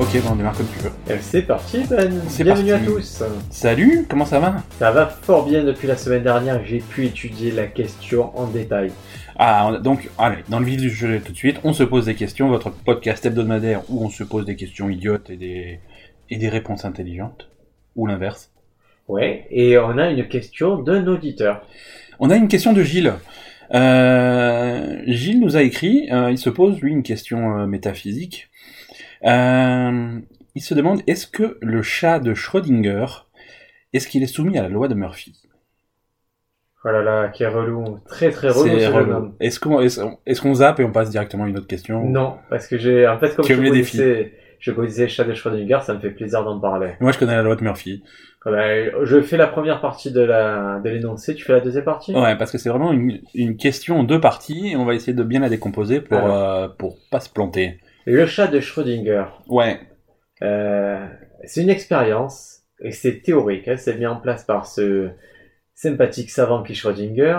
Ok, bon, on démarre comme tu veux. Et Eh, c'est parti, Ben. C'est Bienvenue parti. à tous. Salut, comment ça va Ça va fort bien depuis la semaine dernière. J'ai pu étudier la question en détail. Ah, on- donc, allez, dans le vif du jeu tout de suite, on se pose des questions, votre podcast hebdomadaire où on se pose des questions idiotes et des, et des réponses intelligentes, ou l'inverse. Ouais. Et on a une question d'un auditeur. On a une question de Gilles. Euh, Gilles nous a écrit, euh, il se pose, lui, une question euh, métaphysique. Euh, il se demande, est-ce que le chat de Schrödinger, est-ce qu'il est soumis à la loi de Murphy Oh là là, qui est relou. Très très relou C'est ce jeune relou. homme. Est-ce qu'on est-ce- est-ce qu'on zappe et on passe directement à une autre question Non, parce que j'ai. En fait, comme Tu je aimes les connaissais, je connaissais Chat de Schrödinger, ça me fait plaisir d'en parler. Moi, je connais la loi de Murphy. Oh là, Je fais la première partie de la de l'énoncé. Tu fais la deuxième partie. Ouais, parce que c'est vraiment une, une question en deux parties et on va essayer de bien la décomposer pour Alors. euh, pour pas se planter. Le chat de Schrödinger. Ouais. Euh, c'est une expérience et c'est théorique. hein, c'est mis en place par ce sympathique savant qui est Schrödinger.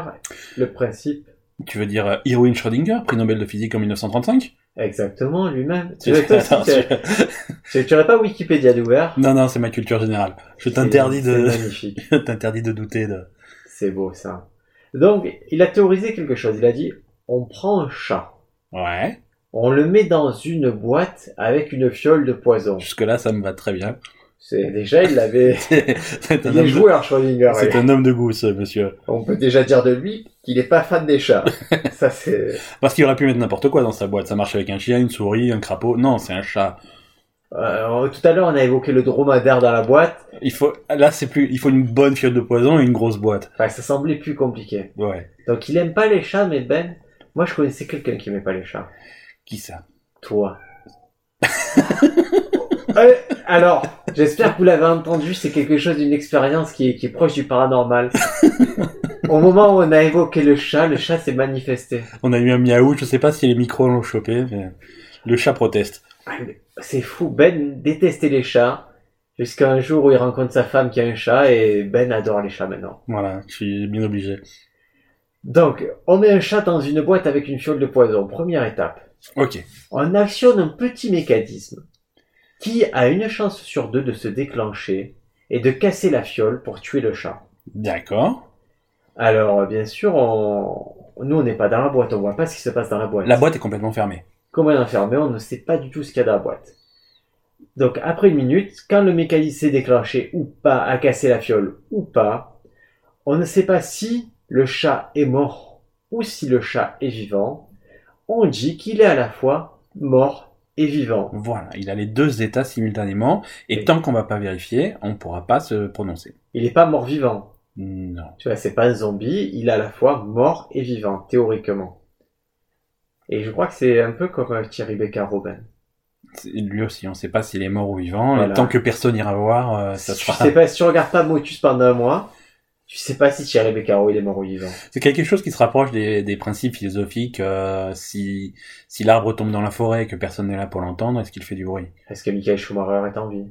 Le principe, Tu veux dire euh, Irwin Schrödinger, prix Nobel de physique en 1935 exactement, lui-même. Tu Attends, n'aurais tu- pas Wikipédia d'ouvert Non, non, c'est ma culture générale. Je C'est- t'interdis de C'est magnifique. je t'interdis de douter de. C'est beau ça. Donc, il a théorisé quelque chose. Il a dit, on prend un chat, Ouais. on le met dans une boîte avec une fiole de poison. Jusque là, ça me va très bien. C'est déjà, il l'avait. c'est un, Il est homme de... joueur Schrödinger. lui. c'est un homme de goût, ce monsieur. On peut déjà dire de lui qu'il n'est pas fan des chats. ça c'est. Parce qu'il aurait pu mettre n'importe quoi dans sa boîte. Ça marche avec un chien, une souris, un crapaud. Non, c'est un chat. Euh, tout à l'heure, on a évoqué le dromadaire dans la boîte. Il faut là, c'est plus. Il faut une bonne fiole de poison et une grosse boîte. Enfin, ça semblait plus compliqué. Ouais. Donc, il aime pas les chats, mais Ben, moi, je connaissais quelqu'un qui aimait pas les chats. Qui ça Toi. Euh, alors, j'espère que vous l'avez entendu, c'est quelque chose d'une expérience qui est, qui est proche du paranormal. Au moment où on a évoqué le chat, le chat s'est manifesté. On a eu un miaou. Je sais pas si les micros l'ont chopé. mais Le chat proteste. Ah, C'est fou, Ben détestait les chats, jusqu'à un jour où il rencontre sa femme qui a un chat, et Ben adore les chats maintenant. Voilà. Je suis bien obligé. Donc, on met un chat dans une boîte avec une fiole de poison. Première étape. Ok. On actionne un petit mécanisme qui a une chance sur deux de se déclencher et de casser la fiole pour tuer le chat. D'accord. Alors, bien sûr, on... nous, on n'est pas dans la boîte, on voit pas ce qui se passe dans la boîte. La boîte est complètement fermée. Comme un enfermé, on ne sait pas du tout ce qu'il y a dans la boîte. Donc, après une minute, quand le mécanisme s'est déclenché ou pas, a cassé la fiole ou pas, on ne sait pas si le chat est mort ou si le chat est vivant. On dit qu'il est à la fois mort et vivant. Voilà. Il a les deux états simultanément. Et Oui. tant qu'on va pas vérifier, on pourra pas se prononcer. Il n'est pas mort-vivant. Non. Tu vois, c'est pas un zombie, il est à la fois mort et vivant, théoriquement. Et je crois que c'est un peu comme euh, Thierry Beccaro, Robin. C'est- Lui aussi, on ne sait pas s'il est mort ou vivant. Voilà. Et tant que personne ira voir, euh, ça Si tu sera. sais pas, si tu regardes pas Motus pendant un mois, tu sais pas si Thierry Beccaro il est mort ou vivant. C'est quelque chose qui se rapproche des, des principes philosophiques. euh, si si l'arbre tombe dans la forêt et que personne n'est là pour l'entendre, est-ce qu'il fait du bruit Est-ce que Michael Schumacher est en vie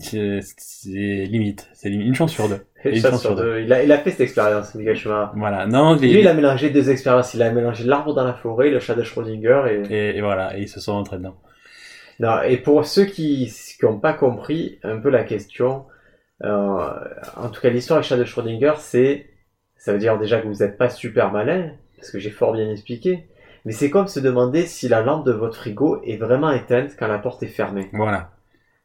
C'est c'est limite. C'est limite. Une chance sur deux. Et une Ça, chance sur sur deux. Il, a, il a fait cette expérience, Michael Schumacher. Voilà. Non, les- Lui, il a mélangé deux expériences. Il a mélangé l'arbre dans la forêt, le chat de Schrödinger. Et... et, et voilà, et ils se sont rentrés dedans. Non, et pour ceux qui n'ont pas compris un peu la question, euh, en tout cas l'histoire avec chat de Schrödinger, c'est, ça veut dire déjà que vous n'êtes pas super malin, parce que j'ai fort bien expliqué, mais c'est comme se demander si la lampe de votre frigo est vraiment éteinte quand la porte est fermée. Voilà.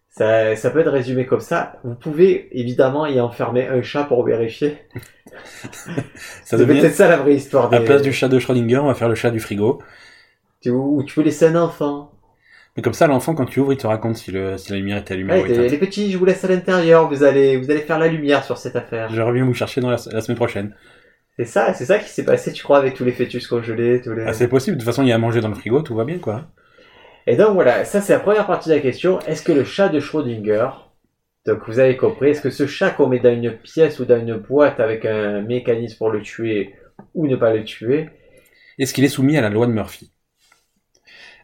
Ça, ça peut être résumé comme ça. Vous pouvez évidemment y enfermer un chat pour vérifier. Ça C'est devient peut-être euh, ça la vraie histoire. à Des... la place du chat de Schrödinger, on va faire le chat du frigo. Tu- Ou tu peux laisser un enfant. Mais comme ça, l'enfant, quand tu ouvres, il te raconte si, le, si la lumière est allumée Allez, ou éteinte. les petits, je vous laisse à l'intérieur. Vous allez, vous allez faire la lumière sur cette affaire. Je reviens vous chercher dans la, la semaine prochaine. C'est ça, c'est ça qui s'est passé, tu crois, avec tous les fœtus congelés, tous les... Ah, c'est possible. De toute façon, il y a à manger dans le frigo, tout va bien, quoi. Et donc voilà, ça c'est la première partie de la question. Est-ce que le chat de Schrödinger, donc vous avez compris, est-ce que ce chat qu'on met dans une pièce ou dans une boîte avec un mécanisme pour le tuer ou ne pas le tuer, Est-ce qu'il est soumis à la loi de Murphy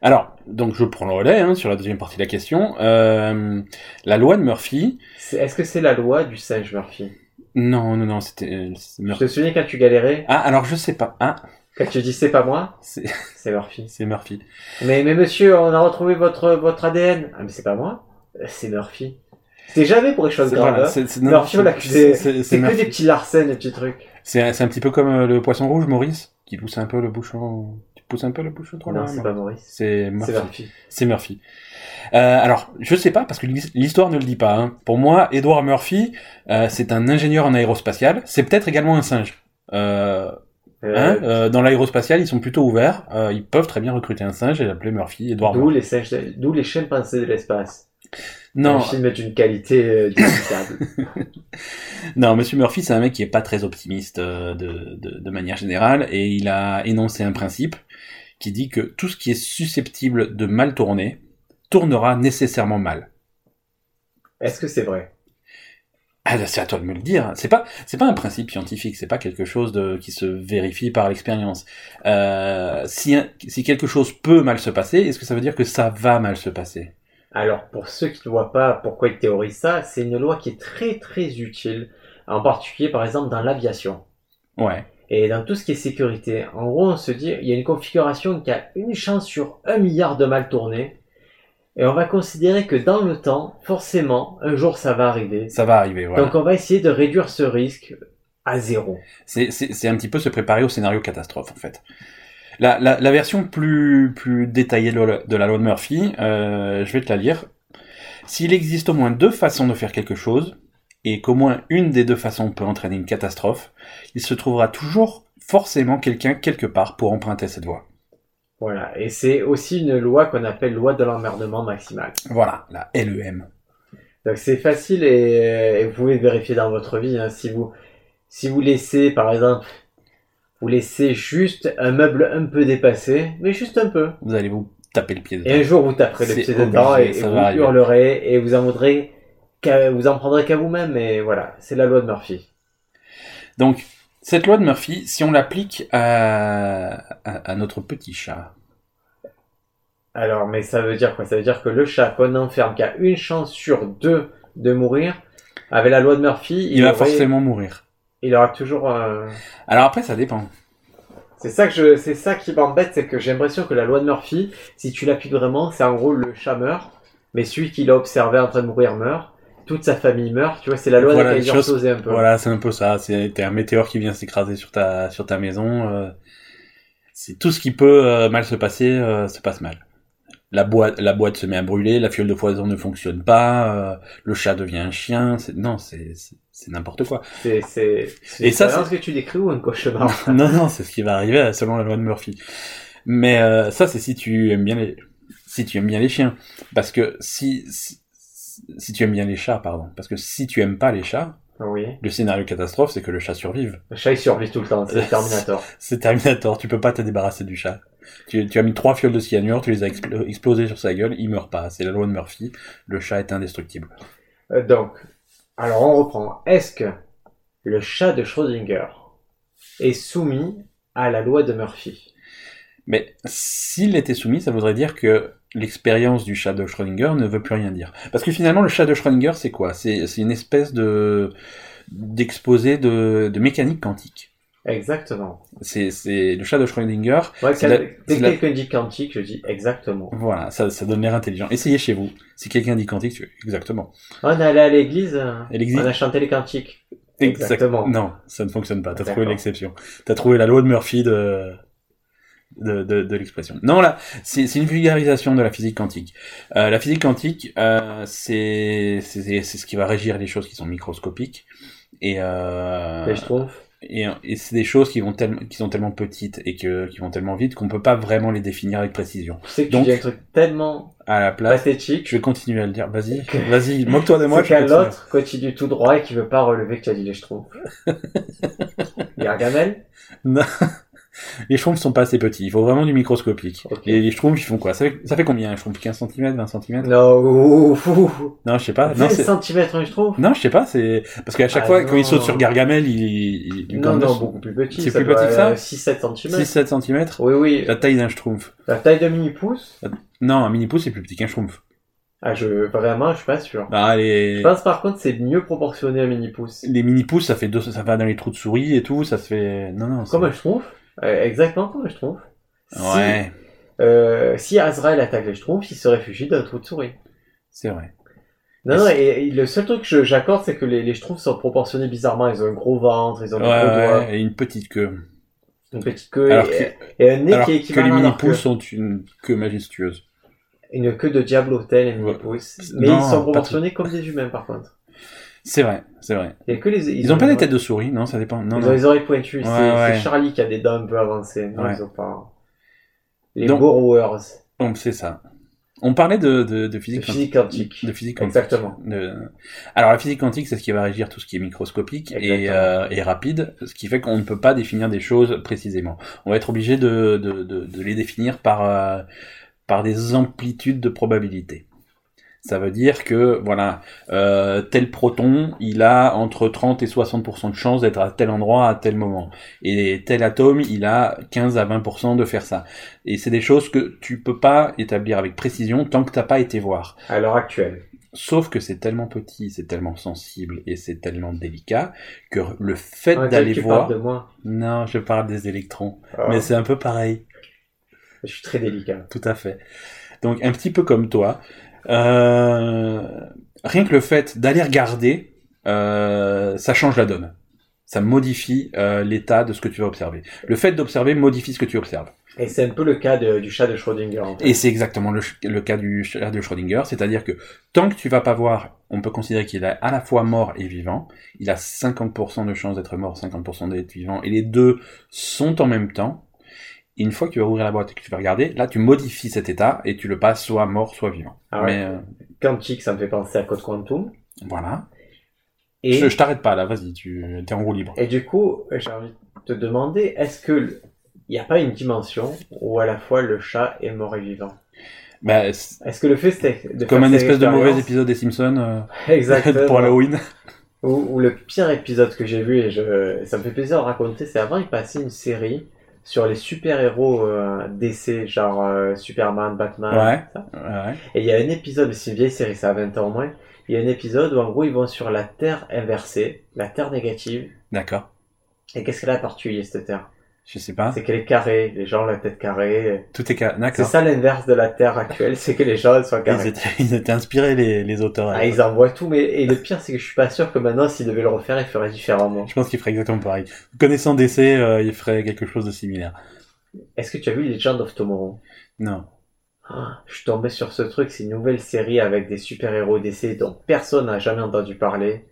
Alors, donc je prends le relais hein, sur la deuxième partie de la question. Euh, la loi de Murphy, c'est- est-ce que c'est la loi du singe Murphy non, non, non, c'était euh, c'est Je Murphy. te souviens quand tu galérais Ah, alors je sais pas. Ah, Quand tu dis c'est pas moi, C'est c'est Murphy. c'est Murphy. Mais, mais monsieur, on a retrouvé votre, votre ADN. Ah, mais c'est pas moi. Euh, C'est Murphy. C'est jamais pour les choses C'est- graves. voilà, hein. c'est- c'est- Murphy, non, on l'accusait. c'est- c'est- C'est C'est que Murphy. des petits larcènes, des petits trucs. C'est un c'est un petit peu comme euh, le poisson rouge, Maurice, qui pousse un peu le bouchon. Tu pousses un peu le bouchon trop non, loin, c'est Maurice. pas Maurice. C'est C'est Oh Murphy. Murphy. C'est Murphy. Euh, alors, je sais pas parce que l'his- l'histoire ne le dit pas. hein. Pour moi, Edward Murphy, euh, c'est un ingénieur en aérospatial. C'est peut-être également un singe. Euh, Euh, hein, euh, dans l'aérospatial, ils sont plutôt ouverts. Euh, ils peuvent très bien recruter un singe et l'appeler Murphy, Edward. D'où Murphy. les, singes de- d'où les chimpanzés de l'espace. Non, Le film est d'une qualité euh, discutable. non, Monsieur Murphy, c'est un mec qui est pas très optimiste euh, de, de, de manière générale et il a énoncé un principe qui dit que tout ce qui est susceptible de mal tourner tournera nécessairement mal. Est-ce que c'est vrai Ah, c'est à toi de me le dire. C'est pas, c'est pas un principe scientifique. C'est pas quelque chose de, qui se vérifie par l'expérience. Euh, si, un- si quelque chose peut mal se passer, est-ce que ça veut dire que ça va mal se passer Alors, pour ceux qui ne voient pas pourquoi ils théorisent ça, c'est une loi qui est très très utile, en particulier par exemple dans l'aviation. Ouais. Et dans tout ce qui est sécurité, en gros, on se dit, il y a une configuration qui a une chance sur un milliard de mal tourner. Et on va considérer que dans le temps, forcément, un jour ça va arriver. Ça va arriver. Voilà. Donc on va essayer de réduire ce risque à zéro. C'est, c'est, c'est un petit peu se préparer au scénario catastrophe en fait. La, la, la version plus, plus détaillée de la- de la loi de Murphy, euh, je vais te la lire. S'il existe au moins deux façons de faire quelque chose, et qu'au moins une des deux façons peut entraîner une catastrophe, il se trouvera toujours forcément quelqu'un quelque part pour emprunter cette voie. Voilà. Et c'est aussi une loi qu'on appelle loi de l'emmerdement maximal. Voilà, la E LEM. Donc c'est facile et, et vous pouvez le vérifier dans votre vie. hein. si vous si vous laissez par exemple vous laissez juste un meuble un peu dépassé, mais juste un peu. Vous allez vous taper le pied Et un dedans. jour vous taperez le C'est pied dedans et, obligé, et ça vous va arriver. hurlerez et vous en voudrez qu'à- vous en prendrez qu'à vous-même. Et voilà, c'est la loi de Murphy. Donc, cette loi de Murphy, si on l'applique à, à, à notre petit chat, Alors, mais ça veut dire quoi Ça veut dire que le chat qu'on enferme, qui a une chance sur deux de mourir, avec la loi de Murphy, il, va aurait- forcément mourir. il aura toujours. euh, Alors après, ça dépend. C'est ça que je, c'est ça qui m'embête, c'est que j'ai l'impression que la loi de Murphy, si tu l'appliques vraiment, c'est en gros le chat meurt, mais celui qui l'a observé en train de mourir meurt, toute sa famille meurt. Tu vois, c'est la loi Voilà, de les Kaiser choses- Soze un peu. Voilà, c'est un peu ça. C'est t'as un météore qui vient s'écraser sur ta sur ta maison. euh, c'est tout ce qui peut euh, mal se passer euh, se passe mal. La boîte la boîte se met à brûler, la fiole de poison ne fonctionne pas, euh, le chat devient un chien. c'est- Non, c'est c'est- c'est n'importe quoi. C'est, c'est, c'est Et ça, ce que tu décris ou un cauchemar non, non, c'est ce qui va arriver euh, selon la loi de Murphy. Mais euh, ça, c'est si tu aimes bien les, si tu aimes bien les chiens, parce que si, si si tu aimes bien les chats, pardon, parce que si tu aimes pas les chats, Oui. le scénario catastrophe, c'est que le chat survive. Le chat il survit tout le temps, c'est le Terminator. C'est Terminator, tu peux pas te débarrasser du chat. Tu, tu as mis trois fioles de cyanure, tu les as explo- explosées sur sa gueule, il meurt pas. C'est la loi de Murphy, le chat est indestructible. Euh, Donc, alors on reprend. Est-ce que le chat de Schrödinger est soumis à la loi de Murphy Mais s'il était soumis, ça voudrait dire que l'expérience du chat de Schrödinger ne veut plus rien dire. Parce que finalement, le chat de Schrödinger, c'est quoi C'est c'est une espèce de d'exposé de, de mécanique quantique. Exactement. C'est c'est le chat de Schrödinger. Moi, C'est quand- la- dès c'est que la- quelqu'un dit quantique, je dis exactement. Voilà, ça, ça donne l'air intelligent. Essayez chez vous. Si quelqu'un dit quantique, tu... exactement. On allait à l'église, hein, Elle existe. on a chanté les cantiques. Exact- Exactement. Non, ça ne fonctionne pas. T'as trouvé D'accord. l'exception. T'as trouvé la loi de Murphy de de, de, de l'expression. Non, là, c'est c'est une vulgarisation de la physique quantique. Euh, la physique quantique, euh, c'est c'est c'est- c'est ce qui va régir les choses qui sont microscopiques et euh, Mais je trouve. et, et c'est des choses qui vont tellement qui sont tellement petites et que qui vont tellement vite qu'on peut pas vraiment les définir avec précision. Tu sais que donc- tu dis un truc tellement À la place, pathétique je vais continuer à le dire. Vas-y, vas-y, moque-toi de moi. c'est qu'à je continue. l'autre continue tout droit et qui veut pas relever que tu as dit les schtroumpfs. Gargamel Les schtroumpfs sont pas assez petits. Il faut vraiment du microscopique. Ok. Les, les schtroumpfs, ils font quoi ça fait, ça fait combien un schtroumpf 15 cm, 20 cm Non, ouf, ouf. Non, je sais pas. Ah, Non, 16 c'est- centimètres un schtroumpf non, je sais pas. C'est parce qu'à chaque Ah fois non. quand ils sautent sur Gargamel, ils, ils, ils Non, non, Gandalf, beaucoup plus petit. C'est ça plus doit, petit que ça euh, 6-7 cm. 6-7 cm. Oui, oui. La taille d'un schtroumpf. La taille de mini-pouce Non, un mini pouce c'est plus petit qu'un schtroumpf. Ah, je... Vraiment, je suis pas sûr. Ah, les, Je pense par contre c'est mieux proportionné à mini-pouce. les mini pouces, ça fait deux, ça va dans les trous de souris et tout. Ça fait non, non. c'est- Comme un schtroumpf Euh, exactement comme les schtroumpfs. Si, Ouais, euh, si Azrael attaque les schtroumpfs, il se réfugie dans un trou de souris. c'est vrai. Non, Et non, c'est- et, et le seul truc que je- j'accorde, c'est que les, les schtroumpfs sont proportionnés bizarrement. Ils ont un gros ventre, ils ont Ouais, des gros doigts, ouais, et une petite queue. une petite queue Alors et, que, et un nez alors qui est que les équivalent à leur queue. mini-pouces sont une queue majestueuse. Une queue de diablo tel et une Ouais. pouce. Non, Mais ils pas tout. sont proportionnés comme des humains, par contre. C'est vrai, c'est vrai. Il y a que les, Ils ont pas des têtes de souris, non, ça dépend. Non, ils ont non. les oreilles pointues. c'est Ouais, ouais. c'est Charlie qui a des dents un peu avancées. Non, Ouais. ils ont pas. Les Donc- Borrowers. Donc c'est ça. On parlait de, de, de De physique physique quantique. De physique quantique. Exactement. De- Alors la physique quantique, c'est ce qui va régir tout ce qui est microscopique et, Exactement. euh, et rapide, ce qui fait qu'on ne peut pas définir des choses précisément. On va être obligé de, de, de, de les définir par, euh, par des amplitudes de probabilité. Ça veut dire que voilà, euh, tel proton, il a entre 30 et 60% de chance d'être à tel endroit à tel moment. Et tel atome, il a 15 à 20% de faire ça. Et c'est des choses que tu peux pas établir avec précision tant que t'as pas été voir. À l'heure actuelle. Sauf que c'est tellement petit, c'est tellement sensible et c'est tellement délicat que le fait Ah, d'aller tu voir. parles de moi. Non, je parle des électrons, Ah, mais c'est un peu pareil, Je suis très délicat. tout à fait. Donc un petit peu comme toi, euh, rien que le fait d'aller regarder, euh, ça change la donne. Ça modifie euh, l'état de ce que tu vas observer. Le fait d'observer modifie ce que tu observes. Et c'est un peu le cas de- du chat de Schrödinger. en fait. Et c'est exactement le, ch- le cas du chat de Schrödinger, c'est-à-dire que tant que tu vas pas voir, on peut considérer qu'il est à la fois mort et vivant. Il a 50% de chance d'être mort, 50% d'être vivant, et les deux sont en même temps. Et une fois que tu vas ouvrir la boîte et que tu vas regarder, là tu modifies cet état et tu le passes soit mort, soit vivant. Ah ouais. Mais euh, Quantique, ça me fait penser à Code Quantum. voilà. Et, Je, je t'arrête pas là, vas-y, tu es en roue libre. et du coup, j'ai envie de te demander, est-ce que le- il n'y a pas une dimension où à la fois le chat est mort et vivant Bah, c'est Est-ce que le fait c'était de comme faire un cette espèce de mauvais expérience- épisode des Simpsons euh, Exactement. pour Halloween. Ou, ou le pire épisode que j'ai vu, et je, ça me fait plaisir de raconter, c'est avant, il passait une série sur les super-héros euh, DC, genre euh, Superman, Batman. Ouais. tout ça. Ouais. Et il y a un épisode, c'est une vieille série, ça a 20 ans au moins. Il y a un épisode où en gros ils vont sur la Terre inversée, la Terre négative. D'accord. Et qu'est-ce qu'elle a de particulier cette Terre Je sais pas. C'est qu'elle est carrée, les gens ont la tête carrée. Tout est ca- C'est D'accord. ça l'inverse de la Terre actuelle, c'est que les gens sont Ils carrés. étaient, ils étaient inspirés, les, les auteurs. Ah, ils envoient tout, mais et le pire c'est que je suis pas sûr que maintenant s'ils devaient le refaire, ils feraient différemment. Je pense qu'il ferait exactement pareil. Connaissant DC, euh, il ferait quelque chose de similaire. Est-ce que tu as vu Legend of Tomorrow Non. Ah, Je suis tombé sur ce truc, c'est une nouvelle série avec des super-héros d'essai dont personne n'a jamais entendu parler.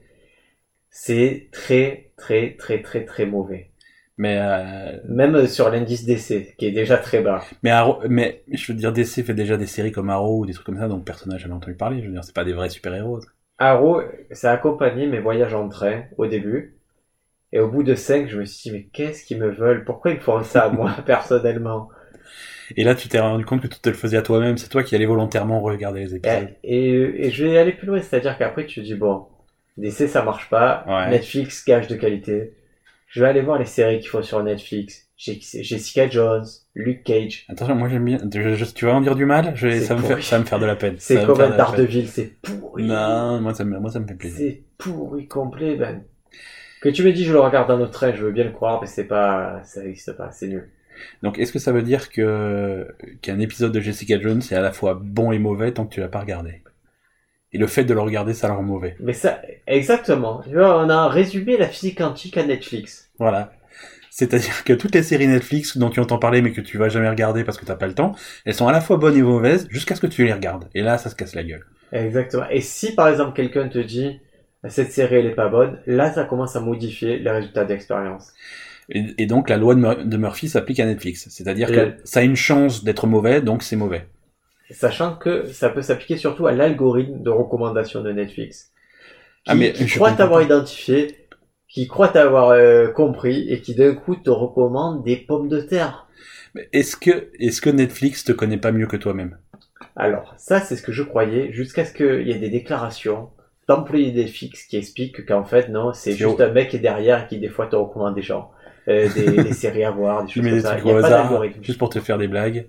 C'est très, très, très, très, très mauvais. Mais, euh, Même sur l'indice d'essai, qui est déjà très bas. mais, Arrow- mais je veux dire, DC fait déjà des séries comme Arrow ou des trucs comme ça, donc personne n'a jamais entendu parler. Je veux dire, c'est pas des vrais super-héros. Arrow, ça a accompagné mes voyages en train au début. Et au bout de 5, je me suis dit, mais qu'est-ce qu'ils me veulent Pourquoi ils me font ça à moi, personnellement Et là, tu t'es rendu compte que tu te le faisais à toi-même. C'est toi qui allais volontairement regarder les et, épisodes. et- et je vais aller plus loin, c'est-à-dire qu'après, tu te dis, bon, DC, ça marche pas. Ouais. Netflix, gage de qualité. Je vais aller voir les séries qu'ils font sur Netflix. J'ai- Jessica Jones, Luke Cage. Attention, moi j'aime bien. je- je- tu vas en dire du mal je, C'est ça, me fait, pourri. ça va me faire de la peine. Ça C'est va me comme faire un de la peine. Daredevil, c'est pourri. Non, moi ça, me, moi ça me fait plaisir. C'est pourri complet, ben. Que tu me dis, je le regarde dans notre train, je veux bien le croire, mais c'est pas, ça n'existe pas, c'est nul. Donc, est-ce que ça veut dire que qu'un épisode de Jessica Jones est à la fois bon et mauvais tant que tu l'as pas regardé Et le fait de le regarder, ça le rend mauvais. Mais ça, exactement. Tu vois, on a résumé la physique quantique à Netflix. Voilà. C'est-à-dire que toutes les séries Netflix dont tu entends parler mais que tu vas jamais regarder parce que t'as pas le temps, elles sont à la fois bonnes et mauvaises jusqu'à ce que tu les regardes. Et là, ça se casse la gueule. Exactement. Et si, par exemple, quelqu'un te dit, cette série, elle est pas bonne, là, ça commence à modifier les résultats d'expérience. Et, et donc, la loi de, Mur- de Murphy s'applique à Netflix. C'est-à-dire Et- que ça a une chance d'être mauvais, donc c'est mauvais. Sachant que ça peut s'appliquer surtout à l'algorithme de recommandation de Netflix. Qui, Ah, mais qui je croit comprends t'avoir pas. identifié, qui croit t'avoir euh, compris et qui d'un coup te recommande des pommes de terre. Mais est-ce que, est-ce que Netflix te connaît pas mieux que toi-même Alors, ça c'est ce que je croyais jusqu'à ce qu'il y ait des déclarations d'employés des fixes qui expliquent qu'en fait non, c'est C'est juste au- un mec qui est derrière et qui des fois te recommande des gens, euh, des, des séries à voir, des Tu choses mets comme des ça. Il trucs n'y au a pas hasard d'algorithme. juste pour te faire des blagues.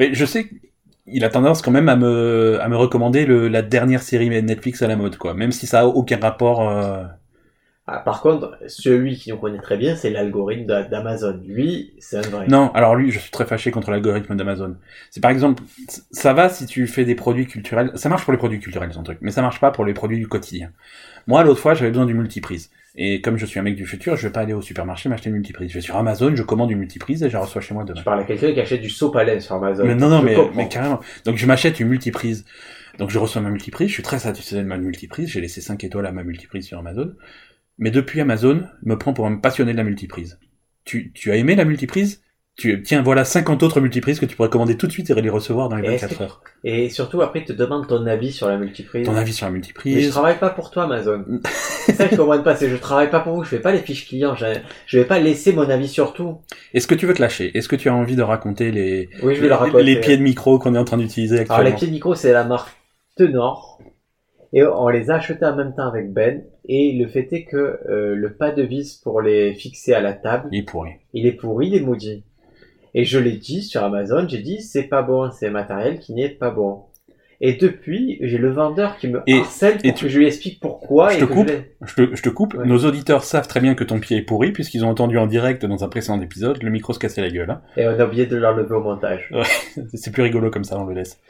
Mais je sais qu'il a tendance quand même à me, à me recommander le, la dernière série Netflix à la mode, quoi. Même si ça a aucun rapport. euh, Ah, par contre, celui qui nous connaît très bien, c'est l'algorithme d'a- d'Amazon. Lui, c'est un vrai. Non, alors lui, je suis très fâché contre l'algorithme d'Amazon. C'est par exemple, c- ça va si tu fais des produits culturels. Ça marche pour les produits culturels, son truc, mais ça marche pas pour les produits du quotidien. Moi, l'autre fois, j'avais besoin d'une multiprise. Et comme je suis un mec du futur, je vais pas aller au supermarché m'acheter une multiprise. Je vais sur Amazon, je commande une multiprise et je la reçois chez moi demain. Je parle à quelqu'un qui achète du sopalin sur Amazon. Mais non, non, Je mais, comprends. mais carrément. Donc je m'achète une multiprise. Donc je reçois ma multiprise, je suis très satisfait de ma multiprise, j'ai laissé 5 étoiles à ma multiprise sur Amazon. Mais depuis Amazon, me prend pour un passionné de la multiprise. Tu, tu as aimé la multiprise tu, Tiens, voilà 50 autres multiprises que tu pourrais commander tout de suite et les recevoir dans les Et est-ce 24 que- heures. Et surtout, après, il te demande ton avis sur la multiprise. Ton avis sur la Mais je multiprise travaille pas pour toi, Amazon. c'est ça que je comprends pas, c'est que je travaille pas pour vous, je fais pas les fiches clients, je, je vais pas laisser mon avis sur tout. Est-ce que tu veux te lâcher Est-ce que tu as envie de raconter les, Oui, je vais les, le raconter. les pieds de micro qu'on est en train d'utiliser Alors, actuellement les pieds de micro, c'est la marque Tenor. Et on les a achetés en même temps avec Ben. Et le fait est que euh, le pas de vis pour les fixer à la table, Il est pourri. il est pourri, il est maudit. Et je l'ai dit sur Amazon, j'ai dit c'est pas bon, c'est un matériel qui n'est pas bon. Et depuis, j'ai le vendeur qui me Et- harcèle pour et que je lui explique pourquoi. Je et te que coupe. l'ai- Je te, je te coupe, Ouais. nos auditeurs savent très bien que ton pied est pourri, puisqu'ils ont entendu en direct dans un précédent épisode le micro se casser la gueule. hein. Et on a oublié de leur lever au montage. C'est plus rigolo comme ça, on le laisse.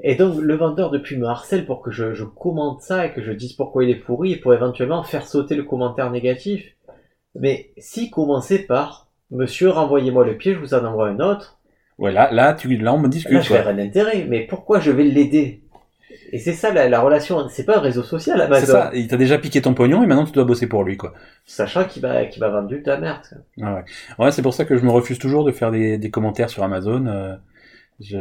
Et donc le vendeur depuis me harcèle pour que je, je commente ça et que je dise pourquoi il est pourri et pour éventuellement faire sauter le commentaire négatif. Mais si commencer par Monsieur, renvoyez-moi le pied, je vous en envoie un autre, Ouais, là, là, tu, là on me discute. là je quoi. verrai l'intérêt, mais pourquoi je vais l'aider Et c'est ça la, la relation, c'est pas un réseau social C'est Amazon, ça, il t'a déjà piqué ton pognon et maintenant tu dois bosser pour lui, quoi. sachant qu'il m'a qu'il m'a vendu de la merde. Ah ouais, ouais c'est pour ça que je me refuse toujours de faire des, des commentaires sur Amazon. euh, je...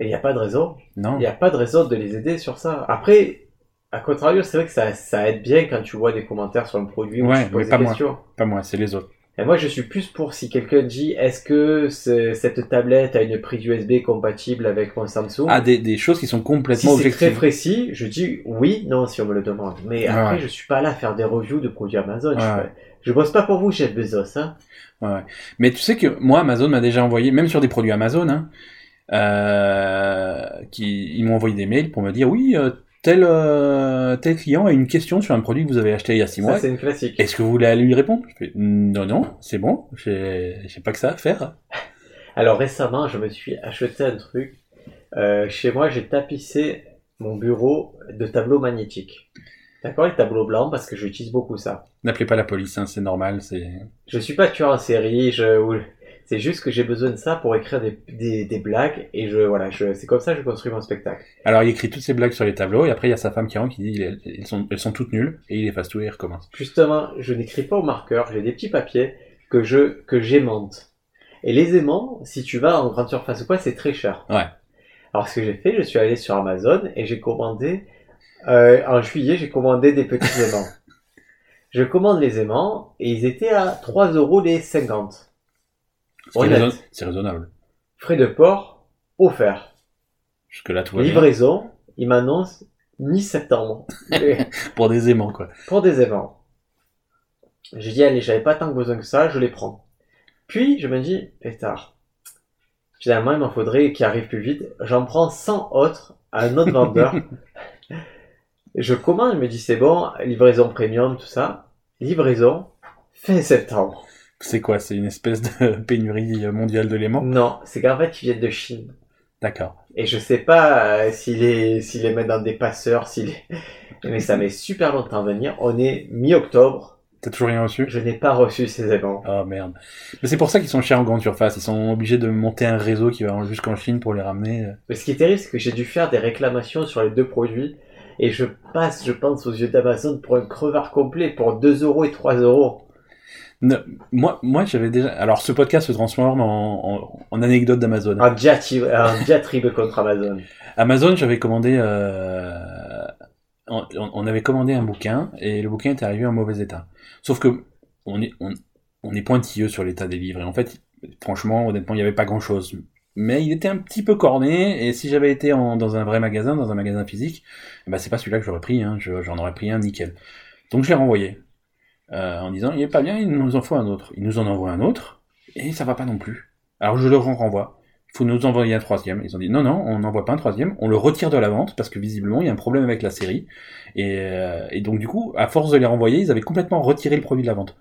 Et il n'y a pas de raison. Non. Il n'y a pas de raison de les aider sur ça. Après, à contrario, c'est vrai que ça, ça aide bien quand tu vois des commentaires sur le produit ou Ouais, tu poses mais des pas moi. questions. Pas moi, c'est les autres. Et moi, je suis plus pour si quelqu'un dit est-ce que ce- cette tablette a une prise USB compatible avec mon Samsung Ah, des, des choses qui sont Si complètement c'est très objectives. précis, je dis oui, non, si on me le demande. Mais Ah après, ouais. je suis pas là à faire des reviews de produits Amazon. Je, Ouais. fais- je bosse pas pour vous, Jeff Bezos. Hein. Mais tu sais que moi, Amazon m'a déjà envoyé, même sur des produits Amazon, hein, euh, qui, ils m'ont envoyé des mails pour me dire oui, euh, tel, euh, tel client a une question sur un produit que vous avez acheté il y a six Ça, mois. c'est une classique. Est-ce que vous voulez lui répondre Je fais, non, non, c'est bon, j'ai j'ai pas que ça à faire. Alors récemment, je me suis acheté un truc. Euh, chez moi, j'ai tapissé mon bureau de tableaux magnétiques. D'accord, les tableaux blancs, parce que j'utilise beaucoup ça. N'appelez pas la police, hein, c'est normal, c'est... Je suis pas tueur en série, je... ou- c'est juste que j'ai besoin de ça pour écrire des, des, des blagues et je voilà, je, c'est comme ça que je construis mon spectacle. Alors il écrit toutes ses blagues sur les tableaux, et après il y a sa femme qui rentre qui dit il- elles sont, elles sont toutes nulles, et il efface tout et il recommence. Justement, je n'écris pas au marqueur, j'ai des petits papiers que je que j'aimante. Et les aimants, si tu vas en grande surface ou quoi, c'est très cher. Ouais. Alors ce que j'ai fait, je suis allé sur Amazon et j'ai commandé euh, en juillet, j'ai commandé des petits aimants. Je commande les aimants et ils étaient à 3 euros les 50. C'est Honnête. raison- c'est raisonnable. Frais de port offerts. Jusque-là, tout va bien. Livraison, il m'annonce mi-septembre Mais Pour des aimants, quoi. pour des événements. J'ai dit, allez, j'avais pas tant besoin que ça, je les prends. Puis, je me dis, pétard. Finalement, il m'en faudrait qui arrive plus vite. J'en prends 100 autres à un autre vendeur. je commande, il me dit, c'est bon, livraison premium, tout ça. Livraison fin septembre. C'est quoi C'est une espèce de pénurie euh, mondiale de l'aimant Non, c'est qu'en fait, ils viennent de Chine. D'accord. Et je sais pas euh, s'il est, s'il est maintenant des passeurs, s'il est... Mais ça met super longtemps à venir. On est mi-octobre. T'as toujours rien reçu Je n'ai pas reçu ces aimants. Oh merde. Mais c'est pour ça qu'ils sont chers en grande surface, ils sont obligés de monter un réseau qui va jusqu'en Chine pour les ramener. euh. Mais ce qui est terrible, c'est que j'ai dû faire des réclamations sur les deux produits. Et je passe, je pense, aux yeux d'Amazon pour un crevard complet pour 2 euros et 3 euros. Moi, moi j'avais déjà... Alors ce podcast se transforme en, en- en anecdote d'Amazon. Un diatribe, un diatribe contre Amazon. Amazon, j'avais commandé. euh, on, on avait commandé un bouquin et le bouquin était arrivé en mauvais état. Sauf que on est, on, on est pointilleux sur l'état des livres. Et en fait, franchement, honnêtement, il n'y avait pas grand chose. Mais il était un petit peu corné. Et si j'avais été en- dans un vrai magasin, dans un magasin physique, eh ben, c'est pas celui-là que j'aurais pris. hein. Je- J'en aurais pris un nickel. Donc je l'ai renvoyé euh, en disant il est pas bien, il nous en faut un autre. Il nous en envoie un autre et ça va pas non plus. Alors je le renvoie. faut nous envoyer un troisième. Ils ont dit non, non, on n'envoie pas un troisième, on le retire de la vente parce que visiblement il y a un problème avec la série. Et, euh, et donc du coup, à force de les renvoyer, ils avaient complètement retiré le produit de la vente.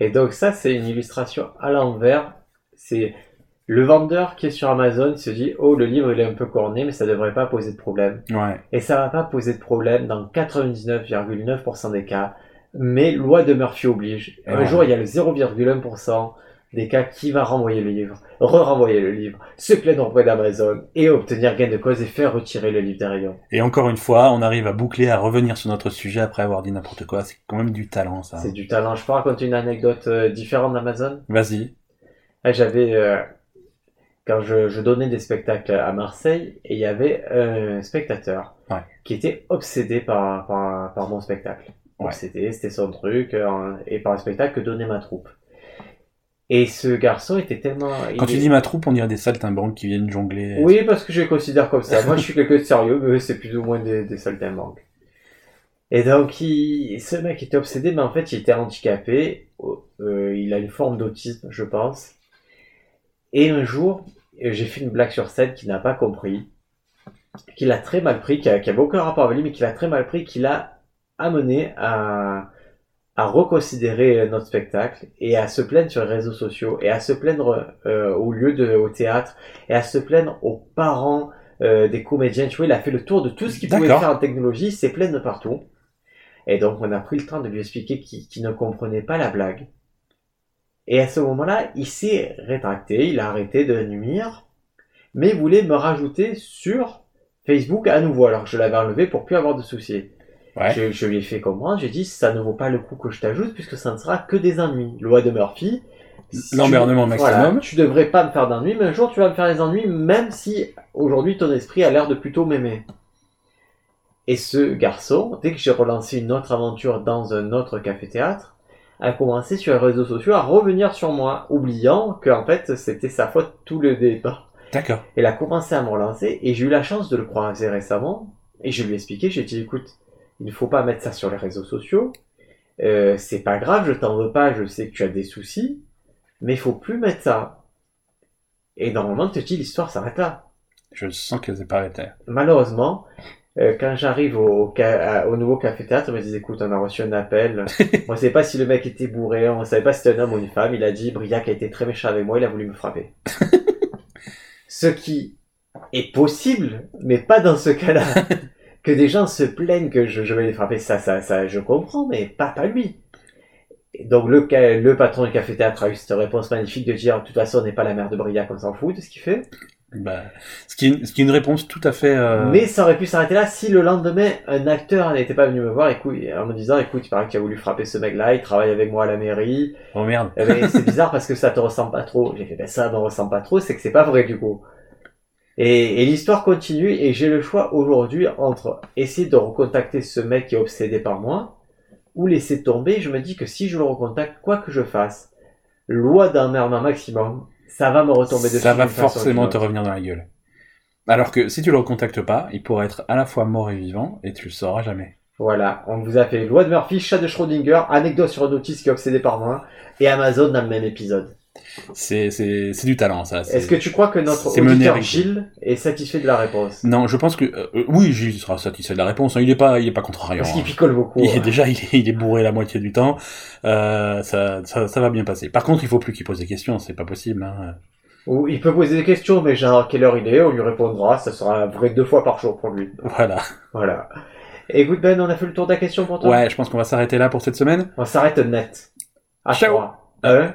Et donc ça, c'est une illustration à l'envers. C'est le vendeur qui est sur Amazon se dit oh le livre il est un peu corné mais ça devrait pas poser de problème. Ouais. Et ça va pas poser de problème dans 99,9% des cas. Mais loi de Murphy oblige. Et un ouais. jour il y a le 0,1% des cas qui va renvoyer le livre, re-renvoyer le livre, se plaindre auprès d'Amazon et obtenir gain de cause et faire retirer le livre des rayons. Et encore une fois, on arrive à boucler, à revenir sur notre sujet après avoir dit n'importe quoi. C'est quand même du talent, ça. C'est du talent. Je peux raconter une anecdote euh, différente d'Amazon Vas-y. Ah, J'avais euh, quand je, je donnais des spectacles à Marseille et il y avait un spectateur Ouais. qui était obsédé par, par, par mon spectacle. Ouais. Obsédé, c'était son truc euh, et par le spectacle que donnait ma troupe. Et ce garçon était tellement. Quand il tu est- dis ma troupe, on dirait des saltimbanques qui viennent jongler. Oui, parce que je les considère comme ça. Moi, je suis quelqu'un de sérieux, mais eux, c'est plus ou moins des, des saltimbanques. Et donc, il- ce mec était obsédé, mais en fait, il était handicapé. Euh, il a une forme d'autisme, je pense. Et un jour, euh, j'ai fait une blague sur scène qu'il n'a pas compris, qu'il a très mal pris, qui a, qui avait aucun rapport avec lui, mais qu'il a très mal pris, qu'il a amené à, à reconsidérer notre spectacle et à se plaindre sur les réseaux sociaux et à se plaindre euh, au lieu de, au théâtre et à se plaindre aux parents euh, des comédiens. Tu vois, il a fait le tour de tout ce qu'il pouvait D'accord. faire en technologie, il s'est plaint de partout. Et donc, on a pris le temps de lui expliquer qu'il qu'il ne comprenait pas la blague. Et à ce moment-là, il s'est rétracté, il a arrêté de nuire, mais il voulait me rajouter sur Facebook à nouveau, alors que je l'avais enlevé pour plus avoir de soucis. Ouais. Je, je lui ai fait comprendre, j'ai dit, ça ne vaut pas le coup que je t'ajoute, puisque ça ne sera que des ennuis. Loi de Murphy. si L'emmerdement tu- maximum. voilà, tu devrais pas me faire d'ennuis, mais un jour tu vas me faire des ennuis, même si aujourd'hui ton esprit a l'air de plutôt m'aimer. Et ce garçon, dès que j'ai relancé une autre aventure dans un autre café-théâtre, a commencé sur les réseaux sociaux à revenir sur moi, oubliant que en fait c'était sa faute tout le départ. D'accord. Elle a commencé à me relancer et j'ai eu la chance de le croiser récemment. Et je lui ai expliqué, j'ai dit écoute, il ne faut pas mettre ça sur les réseaux sociaux. Euh, c'est pas grave, je t'en veux pas, je sais que tu as des soucis, mais il faut plus mettre ça. Et normalement, tu te dis l'histoire s'arrête là. Je sens que c'est pas arrêté. Malheureusement, euh, quand j'arrive au, au ca- à- au nouveau café théâtre, on me dit écoute, on a reçu un appel. on ne savait pas si le mec était bourré, on ne savait pas si c'était un homme ou une femme. Il a dit Briac a été très méchant avec moi, il a voulu me frapper. ce qui est possible, mais pas dans ce cas-là. que des gens se plaignent que je, je vais les frapper, ça, ça, ça, je comprends, mais pas, pas lui. Et Donc le, ca- le patron du café théâtre a eu cette réponse magnifique de dire de toute façon on n'est pas la mère de Briac, on s'en fout de ce qu'il fait. Bah, ce, qui est une, ce qui est une réponse tout à fait. euh, Mais ça aurait pu s'arrêter là si le lendemain, un acteur n'était pas venu me voir écoute, en me disant écoute, il paraît que tu as voulu frapper ce mec-là, il travaille avec moi à la mairie, Oh merde. Eh ben, c'est bizarre parce que ça te ressemble pas trop. J'ai fait ben ça me ressemble pas trop, c'est que c'est pas vrai du coup. Et, et l'histoire continue et j'ai le choix aujourd'hui entre essayer de recontacter ce mec qui est obsédé par moi ou laisser tomber. Je me dis que si je le recontacte, quoi que je fasse, loi d'emmerdement maximum, ça va me retomber dessus. ça va d'une façon ou d'une forcément autre. te revenir dans la gueule. Alors que si tu le recontactes pas, il pourrait être à la fois mort et vivant et tu le sauras jamais. Voilà, on vous a fait Loi de Murphy, Chat de Schrödinger, anecdote sur un autiste qui est obsédé par moi, et Amazon dans le même épisode. C'est c'est- c'est du talent, ça. c'est- Est-ce que tu crois que notre c'est mené auditeur avec- Gilles est satisfait de la réponse Non, je pense que euh, euh, oui, Gilles sera satisfait de la réponse. hein. Il est pas, il est pas contrariant. Parce qu'il hein. picole beaucoup. Il est hein. déjà, il est, il est bourré la moitié du temps. Euh, ça, ça, ça va bien passer. Par contre, il faut plus qu'il pose des questions. C'est pas possible. Hein. Ou il peut poser des questions, mais genre, quelle heure il est, on lui répondra, ça sera vrai deux fois par jour pour lui. Voilà. Voilà. Écoute Ben, on a fait le tour de la question pour toi Ouais, je pense qu'on va s'arrêter là pour cette semaine. On s'arrête net. À Ciao. trois. Un,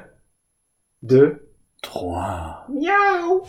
deux, Trois. miaou